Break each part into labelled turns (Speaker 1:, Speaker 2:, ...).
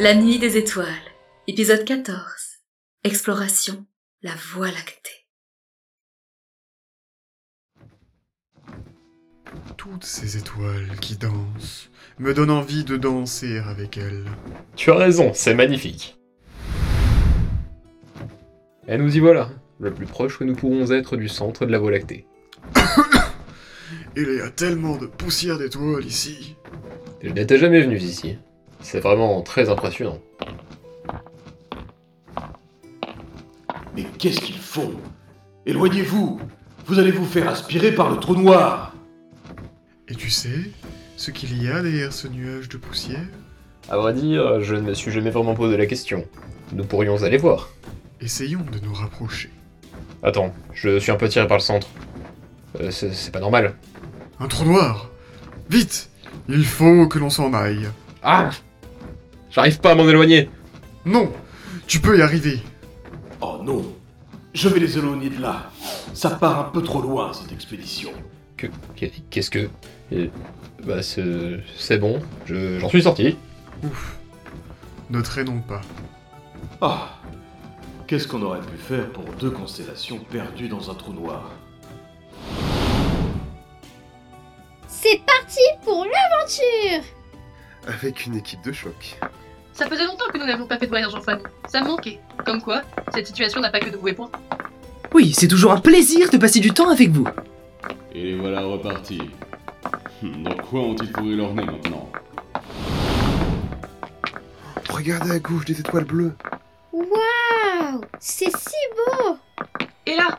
Speaker 1: La nuit des étoiles, épisode 14. Exploration, la voie lactée.
Speaker 2: Toutes ces étoiles qui dansent me donnent envie de danser avec elles.
Speaker 3: Tu as raison, c'est magnifique. Et nous y voilà, le plus proche que nous pourrons être du centre de la Voie lactée.
Speaker 2: Il y a tellement de poussière d'étoiles ici.
Speaker 3: Je n'étais jamais venu ici. C'est vraiment très impressionnant.
Speaker 4: Mais qu'est-ce qu'ils font Éloignez-vous Vous allez vous faire aspirer par le trou noir
Speaker 2: Et tu sais ce qu'il y a derrière ce nuage de poussière
Speaker 3: À vrai dire, euh, je ne me suis jamais vraiment posé la question. Nous pourrions aller voir.
Speaker 2: Essayons de nous rapprocher.
Speaker 3: Attends, je suis un peu tiré par le centre. Euh, c'est c'est pas normal.
Speaker 2: Un trou noir Vite Il faut que l'on s'en aille.
Speaker 3: Ah J'arrive pas à m'en éloigner.
Speaker 2: Non Tu peux y arriver.
Speaker 4: Oh non Je vais les éloigner de là. Ça part un peu trop loin, cette expédition.
Speaker 3: Que- qu'est- Qu'est-ce que... Euh, Bah c'est c'est bon, je- j'en suis sorti.
Speaker 2: Ouf. Ne traînons pas.
Speaker 4: Ah Qu'est-ce qu'on aurait pu faire pour deux constellations perdues dans un trou noir
Speaker 5: C'est parti pour l'aventure
Speaker 6: avec une équipe de choc.
Speaker 7: Ça faisait longtemps que nous n'avions pas fait de voyage en famille. Ça me manquait. Comme quoi, cette situation n'a pas que de mauvais points.
Speaker 8: Oui, c'est toujours un plaisir de passer du temps avec vous.
Speaker 9: Et les voilà repartis. Hmm, Dans quoi ont-ils pourri leur nez maintenant
Speaker 6: Regardez à gauche des étoiles bleues.
Speaker 5: Waouh C'est si beau
Speaker 7: Et là,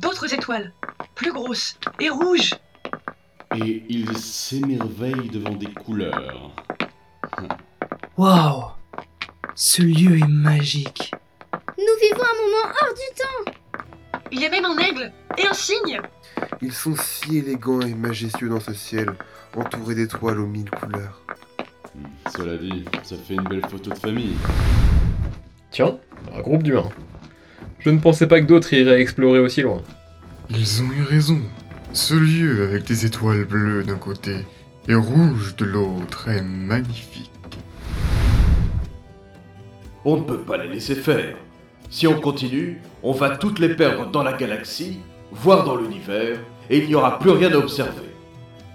Speaker 7: d'autres étoiles, plus grosses et rouges.
Speaker 9: Et ils s'émerveillent devant des couleurs.
Speaker 8: Waouh Ce lieu est magique.
Speaker 5: Nous vivons un moment hors du temps
Speaker 7: Il y a même un aigle et un cygne.
Speaker 6: Ils sont si élégants et majestueux dans ce ciel, entourés d'étoiles aux mille couleurs.
Speaker 9: Hmm, Cela dit, ça fait une belle photo de famille.
Speaker 3: Tiens, un groupe d'humains. Je ne pensais pas que d'autres iraient explorer aussi loin.
Speaker 2: Ils ont eu raison. Ce lieu avec des étoiles bleues d'un côté et rouges de l'autre est magnifique.
Speaker 4: On ne peut pas les laisser faire. Si on continue, on va toutes les perdre dans la galaxie, voire dans l'univers, et il n'y aura plus rien à observer.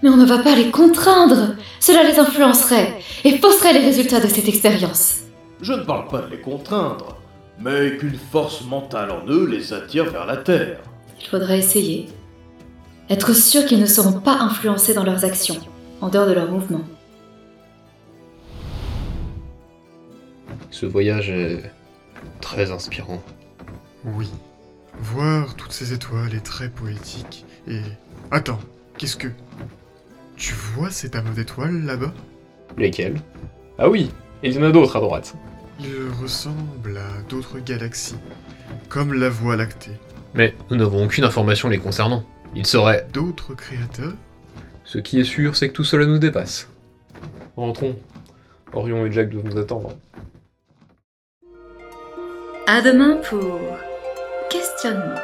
Speaker 10: Mais on ne va pas les contraindre Cela les influencerait et fausserait les résultats de cette expérience.
Speaker 4: Je ne parle pas de les contraindre, mais qu'une force mentale en eux les attire vers la Terre.
Speaker 10: Il faudra essayer. Être sûr qu'ils ne seront pas influencés dans leurs actions, en dehors de leurs mouvements.
Speaker 3: Ce voyage est très inspirant.
Speaker 2: Oui. Voir toutes ces étoiles est très poétique et... Attends, qu'est-ce que... Tu vois cet amas d'étoiles là-bas
Speaker 3: Lesquels Ah oui, il y en a d'autres à droite.
Speaker 2: Il ressemble à d'autres galaxies, comme la Voie lactée.
Speaker 3: Mais nous n'avons aucune information les concernant. Ils seraient.
Speaker 2: D'autres créateurs
Speaker 3: Ce qui est sûr, c'est que tout cela nous dépasse. Rentrons. Orion et Jack doivent nous attendre.
Speaker 1: À demain pour questionnement.